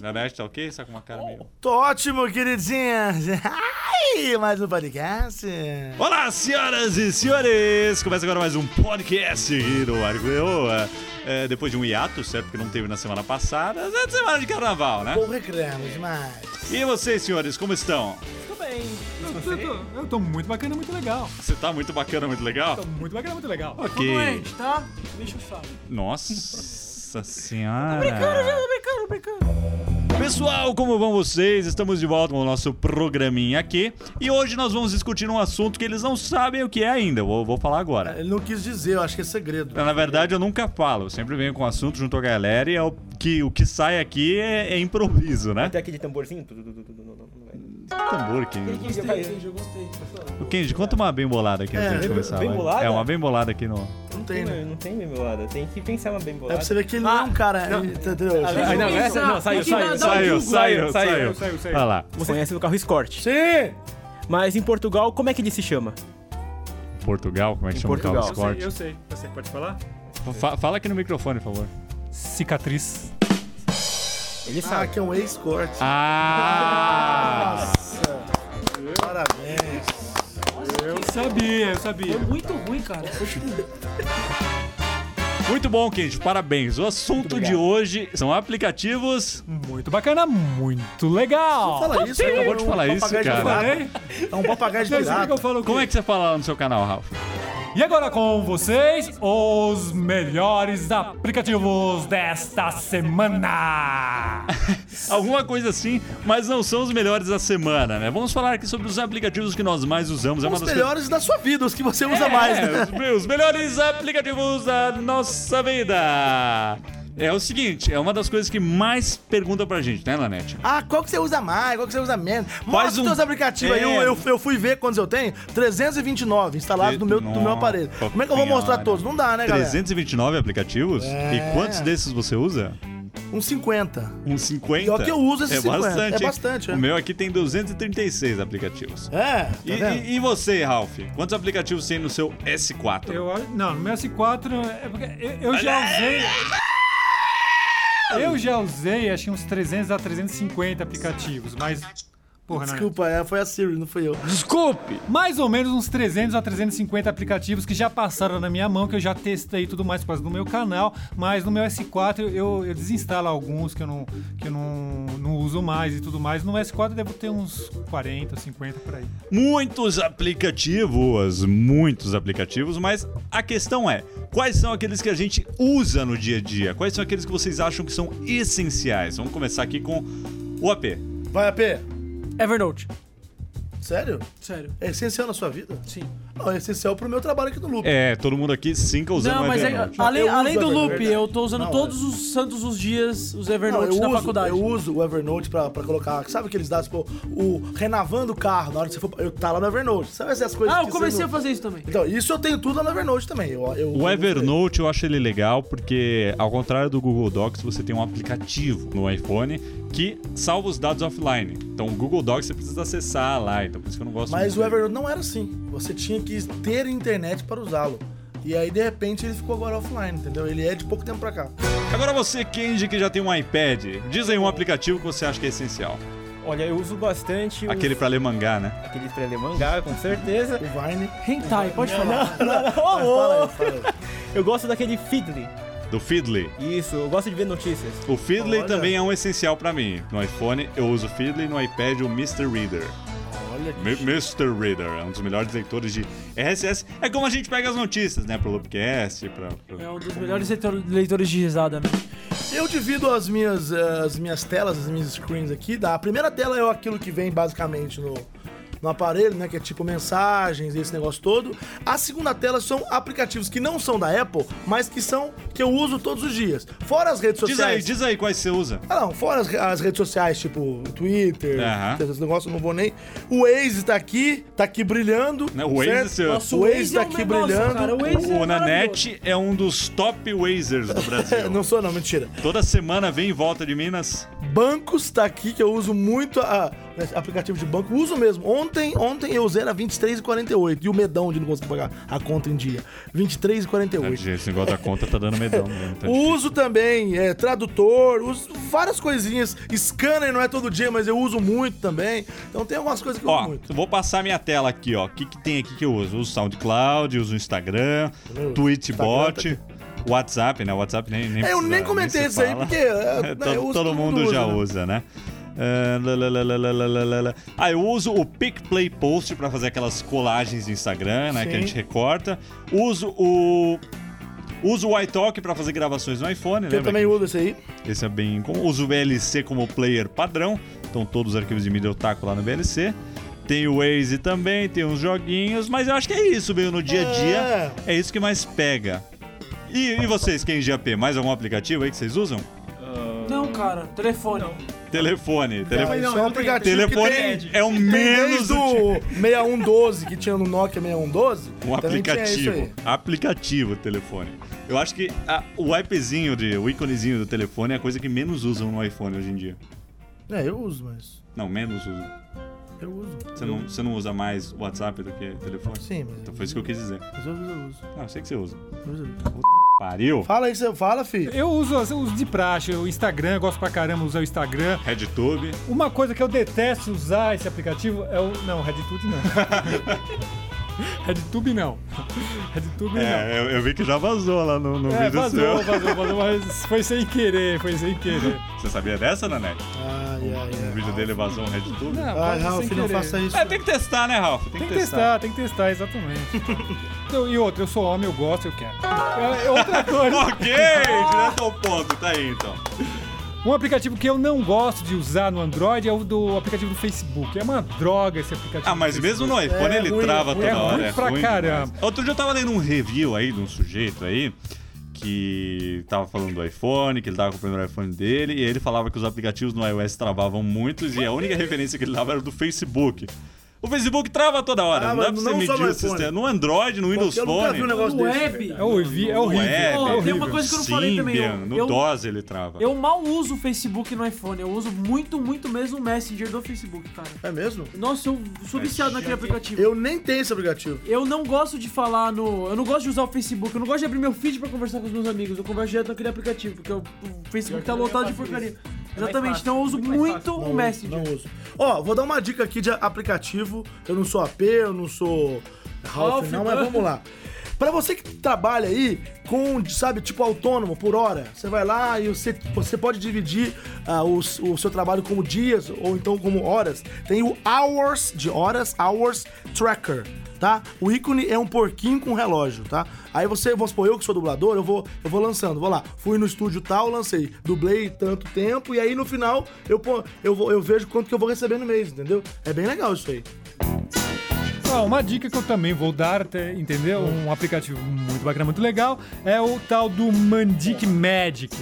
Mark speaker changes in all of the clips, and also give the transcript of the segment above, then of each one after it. Speaker 1: Na net tá ok? Só com uma cara meio.
Speaker 2: Tô ótimo, queridinhas. Ai, mais um podcast.
Speaker 1: Olá, senhoras e senhores! Começa agora mais um podcast aqui no Arco Leoa. É, depois de um hiato, certo? Porque não teve na semana passada. É de semana de carnaval, né?
Speaker 2: Bom, recreamos mais.
Speaker 1: E vocês, senhores, como estão?
Speaker 3: Tudo bem. Eu tô, eu tô muito bacana, muito legal.
Speaker 1: Você tá muito bacana, muito legal?
Speaker 3: Tô muito bacana, muito legal.
Speaker 1: Ok.
Speaker 4: doente, tá? Deixa eu falar.
Speaker 1: Nossa
Speaker 4: Brincando,
Speaker 1: senhora!
Speaker 4: viu? Brincando, brincando.
Speaker 1: Pessoal, como vão vocês? Estamos de volta com o nosso programinha aqui. E hoje nós vamos discutir um assunto que eles não sabem o que é ainda. Vou, vou falar agora.
Speaker 2: Ele não quis dizer, eu acho que é segredo.
Speaker 1: Na verdade, eu nunca falo. Eu sempre venho com um assunto junto à galera e é o que, o que sai aqui é, é improviso, né?
Speaker 5: Tem aquele tamborzinho? Tu, tu, tu, tu, tu, não, não, não vai.
Speaker 1: Tambor, Kennedy.
Speaker 5: Eu
Speaker 4: Gostei,
Speaker 5: caí.
Speaker 4: Cid, eu gostei. Pessoal.
Speaker 1: O Kennedy, conta uma bem bolada aqui antes
Speaker 2: É,
Speaker 1: de a gente
Speaker 2: bem-
Speaker 1: começar.
Speaker 5: bem
Speaker 1: vai.
Speaker 5: bolada?
Speaker 1: É, uma bem bolada aqui no...
Speaker 2: Não tem,
Speaker 5: Tem,
Speaker 2: né?
Speaker 5: meu, não tem bem bolada. Tem que pensar uma bem
Speaker 2: É pra
Speaker 5: bolada.
Speaker 2: você ver que ele não é um cara, entendeu? é um
Speaker 5: Ah, não,
Speaker 4: Tem que
Speaker 5: essa-
Speaker 4: pensar,
Speaker 5: não, saiu,
Speaker 4: tem que
Speaker 5: saiu,
Speaker 4: dar um
Speaker 1: Saiu, saiu,
Speaker 4: Google.
Speaker 1: saiu.
Speaker 3: saiu, Ah. saiu, saiu.
Speaker 1: Olha lá.
Speaker 5: Você conhece do carro Escort.
Speaker 2: Sim!
Speaker 5: Mas em Portugal, como é que ele se chama?
Speaker 1: Portugal, como é que
Speaker 5: Em
Speaker 1: chama o carro
Speaker 5: Portugal.
Speaker 3: Eu sei, eu
Speaker 1: Escort?
Speaker 3: sei. Você pode falar?
Speaker 1: Fa- Fala aqui no microfone, por favor.
Speaker 3: Cicatriz.
Speaker 5: Ele
Speaker 2: Ah,
Speaker 5: sabe.
Speaker 2: que é um ex-corte.
Speaker 1: Ah!
Speaker 2: Parabéns.
Speaker 3: Eu sabia, eu sabia.
Speaker 4: Foi muito ruim, cara. Foi tipo,
Speaker 1: Muito bom, Kennedy. Parabéns. O assunto de hoje são aplicativos...
Speaker 3: Muito bacana, muito legal.
Speaker 2: Fala isso,
Speaker 1: Você
Speaker 2: é
Speaker 1: acabou
Speaker 2: um
Speaker 1: de falar isso,
Speaker 2: papagaio de
Speaker 1: cara.
Speaker 2: pirata.
Speaker 3: Falei?
Speaker 2: É um papagaio de
Speaker 3: Não, sabe o que eu
Speaker 2: pirata.
Speaker 3: falo?
Speaker 1: Como é que você fala lá no seu canal, Ralf?
Speaker 3: E agora com vocês, os melhores aplicativos desta semana.
Speaker 1: Alguma coisa assim, mas não são os melhores da semana, né? Vamos falar aqui sobre os aplicativos que nós mais usamos. É uma
Speaker 2: Os
Speaker 1: das
Speaker 2: Um melhores da sua vida, os que você usa mais,
Speaker 1: coisas-
Speaker 2: né?
Speaker 1: É, os me- os melhores aplicativos da nossa vida. É o seguinte, é uma das coisas que mais pergunta pra gente, né, Lanete?
Speaker 2: Ah, qual que você usa mais? Qual que você usa menos?
Speaker 1: Faz
Speaker 2: Mostra
Speaker 1: um-
Speaker 2: os teus aplicativos aí. Eu,
Speaker 1: É.
Speaker 2: eu, eu fui ver quantos eu tenho. 329 instalados no meu, no meu
Speaker 1: Nossa
Speaker 2: aparelho. Como é que eu vou mostrar
Speaker 1: Senhora.
Speaker 2: todos? Não dá, né, galera? É.
Speaker 1: 329 aplicativos? E quantos desses você usa?
Speaker 2: Uns 50.
Speaker 1: Uns 50?
Speaker 2: Pior que eu uso esses
Speaker 1: é
Speaker 2: 50.
Speaker 1: Bastante,
Speaker 2: É
Speaker 1: hein?
Speaker 2: bastante, é.
Speaker 1: O meu aqui tem 236 aplicativos.
Speaker 2: É, tá
Speaker 1: E,
Speaker 2: vendo?
Speaker 1: e- e você, Ralf? Quantos aplicativos tem no seu S4?
Speaker 3: Eu acho. Não, no meu S4 é porque eu, eu já usei. Eu já usei, acho que uns 300 a 350 aplicativos, mas. Porra, não.
Speaker 2: Desculpa, é, foi a Siri, não fui eu.
Speaker 3: Desculpe! Mais ou menos uns 300 a 350 aplicativos que já passaram na minha mão, que eu já testei e tudo mais por causa do meu canal, mas no meu S4 eu, eu desinstalo alguns que eu, não, que eu não, não uso mais e tudo mais. No S4 eu devo ter uns 40, 50 por aí.
Speaker 1: Muitos aplicativos, muitos aplicativos, mas a questão é: quais são aqueles que a gente usa no dia a dia? Quais são aqueles que vocês acham que são essenciais? Vamos começar aqui com o AP.
Speaker 2: Vai, AP.
Speaker 4: Evernote.
Speaker 2: Sério?
Speaker 4: Sério.
Speaker 2: É essencial na sua vida?
Speaker 4: Sim.
Speaker 2: Não, é essencial pro meu trabalho aqui no Loop.
Speaker 1: É, todo mundo aqui cinco usando
Speaker 4: Não, mas é,
Speaker 1: Evernote.
Speaker 4: além,
Speaker 2: Eu uso
Speaker 4: além do
Speaker 2: um Evernote,
Speaker 4: loop,
Speaker 2: verdade.
Speaker 4: eu tô usando
Speaker 2: Não, é-
Speaker 4: todos os santos os dias os Evernote
Speaker 2: eu
Speaker 4: da
Speaker 2: uso,
Speaker 4: faculdade.
Speaker 2: eu uso o Evernote pra, pra colocar, sabe aqueles dados, pô, o renovando o carro, na hora que você for, eu tá lá no Evernote, sabe essas coisas
Speaker 4: Ah,
Speaker 2: que
Speaker 4: eu
Speaker 2: você
Speaker 4: comecei a
Speaker 2: não-
Speaker 4: fazer isso também.
Speaker 2: Então, isso eu tenho tudo lá no Evernote também. Eu, eu-
Speaker 1: O
Speaker 4: é-
Speaker 2: eu-
Speaker 1: Evernote eu acho ele legal porque, ao contrário do Google Docs, você tem um aplicativo no iPhone que salva os dados offline. Então o Google Docs você precisa acessar lá, então por isso que eu não gosto muito
Speaker 2: Mas o
Speaker 1: dele.
Speaker 2: Evernote não era assim, você tinha que ter internet para usá-lo. E aí, de repente, ele ficou agora offline, entendeu? Ele é de pouco tempo pra cá.
Speaker 1: Agora você, Kenji, que já tem um iPad, diz aí um aplicativo que você acha que é essencial.
Speaker 5: Olha, eu uso bastante os-
Speaker 1: Aquele pra ler mangá, né?
Speaker 5: aquele pra ler mangá, com certeza.
Speaker 2: O Vine...
Speaker 4: Hentai, pode falar.
Speaker 2: Mas fala aí, fala aí.
Speaker 5: Eu gosto daquele Feedly.
Speaker 1: Do Feedly.
Speaker 5: Isso, eu gosto de ver notícias.
Speaker 1: O Feedly
Speaker 2: Olha.
Speaker 1: também é um essencial pra mim. No iPhone eu uso o Feedly, no iPad o Mr. Reader.
Speaker 2: Olha
Speaker 1: Mi- Mr. Reader é um dos melhores leitores de RSS. É como a gente pega as notícias, né? Pro Loopcast, pra... pra-
Speaker 4: É um dos melhores leitor- leitores de risada, né?
Speaker 2: Eu divido as minhas, eh, as minhas telas, as minhas screens aqui. Da, a primeira tela é aquilo que vem basicamente no, no aparelho, né? Que é tipo mensagens e esse negócio todo. A segunda tela são aplicativos que não são da Apple, mas que são que eu uso todos os dias. Fora as redes
Speaker 1: Diz aí,
Speaker 2: sociais.
Speaker 1: diz aí quais você usa.
Speaker 2: Ah, não, fora as, as redes sociais, tipo Twitter,
Speaker 1: Aham.
Speaker 2: esses negócios, eu não vou nem. O Waze tá aqui, tá aqui brilhando.
Speaker 1: Né, o Waze,
Speaker 2: certo?
Speaker 1: seu- Nossa,
Speaker 2: o Waze tá
Speaker 4: um
Speaker 2: aqui
Speaker 4: negócio,
Speaker 2: brilhando.
Speaker 4: cara, o
Speaker 1: O
Speaker 4: Waze é maravilhoso.
Speaker 1: Onanet é um dos top Wazers do Brasil.
Speaker 2: Não sou, não, mentira.
Speaker 1: Toda semana vem em volta de Minas.
Speaker 2: Bancos tá aqui, que eu uso muito a, né, aplicativo de banco, uso mesmo. Ontem, ontem eu usei era 23,48. E o medão de não conseguir pagar a conta em dia. 23,48.
Speaker 1: Esse negócio da conta tá dando medão mesmo. tá É difícil.
Speaker 2: Uso também é, tradutor, uso várias coisinhas. Scanner não é todo dia, mas eu uso muito também. Então tem algumas coisas que eu uso
Speaker 1: Ó,
Speaker 2: muito.
Speaker 1: eu vou passar minha tela aqui, ó. O que, que tem aqui que eu uso? Uso SoundCloud, uso Instagram, Twitchbot, WhatsApp, né? WhatsApp nem. nem
Speaker 2: tá É, eu
Speaker 1: precisa-
Speaker 2: nem comentei
Speaker 1: se
Speaker 2: isso aí,
Speaker 1: fala.
Speaker 2: porque. é,
Speaker 1: É,
Speaker 2: eu
Speaker 1: todo,
Speaker 2: uso,
Speaker 1: todo mundo já
Speaker 2: né?
Speaker 1: usa, né? Ah, lá, lá, lá, lá, lá, lá, lá, lá, lá. Ah, eu uso o PicPlay Post pra fazer aquelas colagens do Instagram, né? Que a
Speaker 2: Sim.
Speaker 1: gente recorta. Uso o. Uso o iTalk pra fazer gravações no iPhone, né?
Speaker 2: Eu também uso esse aí.
Speaker 1: Esse é bem comum. Uso o VLC como player padrão, então todos os arquivos de mídia eu taco lá no VLC. Tem o Waze também, tem uns joguinhos, mas eu acho que é isso, meio no dia a dia. É isso que mais pega. E, e vocês, quem é GAP, mais algum aplicativo aí que vocês usam?
Speaker 4: Não, cara, telefone.
Speaker 1: Telefone.
Speaker 2: Mas
Speaker 1: telefone
Speaker 2: não, é um aplicativo
Speaker 1: telefone
Speaker 2: que tem,
Speaker 1: é o menos
Speaker 2: menos
Speaker 1: do...
Speaker 2: o 6112 que tinha no Nokia 6112.
Speaker 1: Um
Speaker 2: também tinha isso
Speaker 1: aplicativo.
Speaker 2: aí.
Speaker 1: Aplicativo telefone. Eu acho que a- o wipezinho, de, o íconezinho do telefone é a coisa que menos usam no iPhone hoje em dia.
Speaker 2: É, eu uso, mas.
Speaker 1: Não, menos usam.
Speaker 2: Eu uso.
Speaker 1: Você não, você não usa mais WhatsApp do que telefone?
Speaker 2: Sim, mas.
Speaker 1: Então foi isso que eu quis dizer.
Speaker 2: Mas eu uso, eu uso.
Speaker 1: Não, eu sei que você usa.
Speaker 2: Eu uso.
Speaker 1: Pariu?
Speaker 2: Fala aí, que você fala, filho.
Speaker 3: Eu uso, eu uso de praxe, o Instagram, eu gosto pra caramba usar o Instagram.
Speaker 1: RedTube.
Speaker 3: Uma coisa que eu detesto usar esse aplicativo é o. Não, RedTube não. RedTube não. RedTube não.
Speaker 1: É, eu, eu vi que já vazou lá no, no
Speaker 3: É,
Speaker 1: vídeo
Speaker 3: vazou,
Speaker 1: seu.
Speaker 3: vazou, vazou, mas foi sem querer, foi sem querer.
Speaker 1: Você sabia dessa, Nanete?
Speaker 2: Ai, ai,
Speaker 1: O vídeo dele vazou um RedTube?
Speaker 3: Não,
Speaker 2: Ai,
Speaker 3: pode ser
Speaker 2: Ralf,
Speaker 3: sem
Speaker 2: não
Speaker 3: querer.
Speaker 2: faça isso.
Speaker 1: É, tem que testar, né, Ralf?
Speaker 3: Tem que testar, tem que testar, exatamente. Então, e outra, eu sou homem, eu gosto, eu quero. É, é outra coisa.
Speaker 1: Ok, direto ao ponto. Tá aí, então.
Speaker 3: Um aplicativo que eu não gosto de usar no Android é o do aplicativo do Facebook. É uma droga esse aplicativo.
Speaker 1: Ah, mas
Speaker 3: do
Speaker 1: mesmo
Speaker 3: Facebook.
Speaker 1: no iPhone
Speaker 2: É
Speaker 1: ele
Speaker 2: ruim,
Speaker 1: trava
Speaker 2: é
Speaker 1: toda
Speaker 3: ruim. É
Speaker 1: hora.
Speaker 3: ruim
Speaker 1: é
Speaker 3: pra
Speaker 1: ruim
Speaker 3: caramba.
Speaker 1: demais. Outro dia eu tava lendo um review aí de um sujeito aí que tava falando do iPhone, que ele tava comprando o iPhone dele, e ele falava que os aplicativos no iOS travavam muitos e a única referência que ele dava era do Facebook. O Facebook trava toda hora,
Speaker 2: Trava,
Speaker 1: não dá pra você
Speaker 2: Ah, não só
Speaker 1: medir
Speaker 2: no
Speaker 1: o
Speaker 2: iPhone.
Speaker 1: sistema. No Android, no Windows
Speaker 2: Eu nunca vi um
Speaker 1: Phone,
Speaker 2: negócio
Speaker 4: No
Speaker 2: desse.
Speaker 4: web.
Speaker 2: velho.
Speaker 3: É horrível, é horrível.
Speaker 1: web,
Speaker 3: é
Speaker 4: Ó, tem uma
Speaker 3: horrível.
Speaker 4: coisa que eu não falei também.
Speaker 1: Symbian,
Speaker 4: Eu,
Speaker 1: no
Speaker 4: eu,
Speaker 1: DOS ele trava.
Speaker 4: eu mal uso o Facebook no iPhone. Eu uso muito, muito mesmo o Messenger do Facebook, cara.
Speaker 2: É mesmo?
Speaker 4: Nossa, eu
Speaker 2: É,
Speaker 4: sou viciado naquele aplicativo.
Speaker 2: Eu nem tenho esse aplicativo.
Speaker 4: Eu não gosto de falar no. Eu não gosto de usar o Facebook. Eu não gosto de abrir meu feed pra conversar com os meus amigos. Eu converso direto naquele aplicativo, porque o o Facebook tá lotado de porcaria. Exatamente. Então eu uso muito o Messenger.
Speaker 2: Não uso. Ó, vou dar uma dica aqui de aplicativo. Eu não sou AP, eu não sou Ralph,
Speaker 4: Ralph,
Speaker 2: não, mas
Speaker 4: não.
Speaker 2: vamos lá. Pra você que trabalha aí com, sabe, tipo autônomo por hora, você vai lá e você, você pode dividir ah, o, s- o seu trabalho como dias ou então como horas. Tem o Hours, de horas, Hours Tracker, tá? O ícone é um porquinho com relógio, tá? Aí você, vamos supor, eu que sou dublador, eu vou, eu vou lançando, vou lá. Fui no estúdio tal, lancei, dublei tanto tempo e aí no final eu, pô- eu, vou- eu vejo quanto que eu vou receber no mês, entendeu? É bem legal isso aí.
Speaker 3: Ah, uma dica que eu também vou dar, até, entendeu?
Speaker 4: Hum.
Speaker 3: Um aplicativo muito bacana, muito legal, é o tal do Mandic Magic.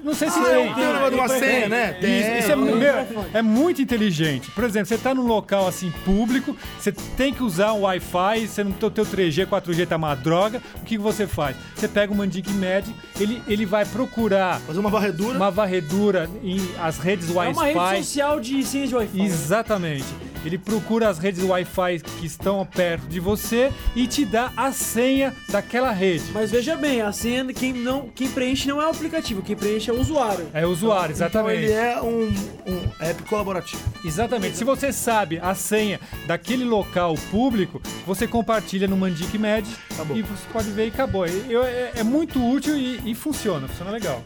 Speaker 3: Não sei se
Speaker 2: Ah,
Speaker 4: é
Speaker 3: tem.
Speaker 2: eu tenho o negócio de uma senha, né?
Speaker 3: Isso, isso é, meu, é muito inteligente. Por exemplo, você tá num local assim público, você tem que usar um Wi-Fi, você não o teu 3G, 4G tá uma droga. O que, que você faz? Você pega o Mandic Magic, ele, ele vai procurar
Speaker 2: Fazer uma varredura.
Speaker 3: uma varredura em as redes
Speaker 4: É uma
Speaker 3: Wi-Fi.
Speaker 4: rede social de senha de Wi-Fi.
Speaker 3: Exatamente. Ele procura as redes Wi-Fi que estão perto de você e te dá a senha daquela rede.
Speaker 4: Mas veja bem, a senha, quem, não, quem preenche não é o aplicativo, quem preenche é o usuário.
Speaker 3: É o usuário,
Speaker 2: Então
Speaker 3: exatamente.
Speaker 2: ele é um, um app colaborativo.
Speaker 3: Exatamente. Se você sabe a senha daquele local público, você compartilha no Mandic Med
Speaker 2: Acabou.
Speaker 3: e você pode ver e acabou. E- eu- é, é muito útil e, e funciona, funciona legal.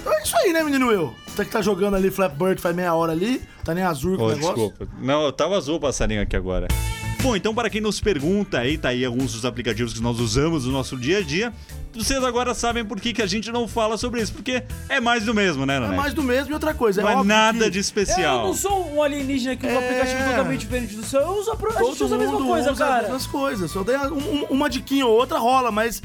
Speaker 2: Então é isso aí, né, menino eu? Você que tá jogando ali Flap Bird faz meia hora ali, tá nem azul com o
Speaker 1: Ô,
Speaker 2: negócio.
Speaker 1: desculpa. Não, eu tava azul o passarinho aqui agora. Bom, então para quem nos pergunta aí, tá aí alguns dos aplicativos que nós usamos no nosso dia a dia. Vocês agora sabem por que, que a gente não fala sobre isso, porque é mais do mesmo, né,
Speaker 2: É
Speaker 1: Nanete?
Speaker 2: mais do mesmo e outra coisa.
Speaker 1: Não é
Speaker 2: óbvio
Speaker 1: nada
Speaker 2: que
Speaker 1: de
Speaker 4: Eu
Speaker 1: especial.
Speaker 4: não sou um alienígena que usa um
Speaker 2: É.
Speaker 4: aplicativo totalmente diferente do seu. Eu uso a, pro- a
Speaker 2: Todo
Speaker 4: gente usa a mesma
Speaker 2: mundo
Speaker 4: coisa,
Speaker 2: usa
Speaker 4: cara.
Speaker 2: As mesmas coisas. Só tem um- um- uma diquinha ou outra rola, mas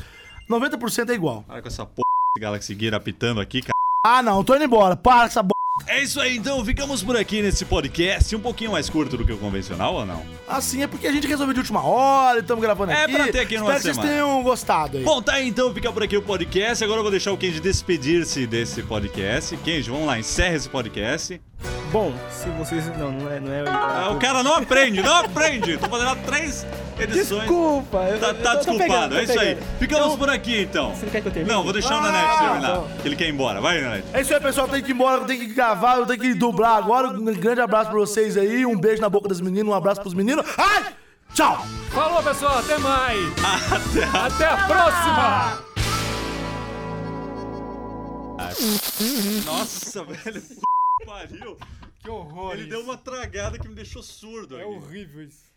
Speaker 2: 90% é igual.
Speaker 1: Para com essa porra de Galaxy Gear apitando aqui, cara.
Speaker 2: Ah, não, tô indo embora. Para com essa b...
Speaker 1: É isso aí, então ficamos por aqui nesse podcast, um pouquinho mais curto do que o convencional ou não?
Speaker 2: Assim é porque a gente resolveu de última hora e estamos gravando
Speaker 1: É
Speaker 2: aqui.
Speaker 1: pra ter aqui numa
Speaker 2: Espero que vocês
Speaker 1: semana.
Speaker 2: tenham gostado aí.
Speaker 1: Bom, tá aí, então, fica por aqui o podcast. Agora eu vou deixar o Kenji despedir-se desse podcast. Kenji, vamos lá, encerra esse podcast.
Speaker 5: Bom, se vocês. Não, não é. Não é
Speaker 1: Ah, o cara não aprende, não aprende. Tô fazendo há três edições.
Speaker 5: Desculpa! eu-
Speaker 1: Tá,
Speaker 5: eu tô-
Speaker 1: tá
Speaker 5: tô
Speaker 1: desculpado,
Speaker 5: pegando, tô
Speaker 1: é isso aí.
Speaker 5: pegando. Ah,
Speaker 1: Ficamos por aqui então.
Speaker 5: Você não quer que eu termine?
Speaker 1: Não, vou deixar o Nanete terminar. Que ele quer ir embora. Vai, Nanete.
Speaker 2: É isso aí, pessoal. Tem que ir embora, tem que gravar, eu tenho que dublar agora. Um grande abraço pra vocês aí. Um beijo na boca das meninas, um abraço pros meninos. Ai! Tchau!
Speaker 6: Falou, pessoal, até mais. Até a próxima.
Speaker 1: Nossa, velho. Pariu.
Speaker 3: Que horror
Speaker 1: Ele
Speaker 3: isso.
Speaker 1: deu uma tragada que me deixou surdo.
Speaker 3: É
Speaker 1: aqui.
Speaker 3: horrível isso.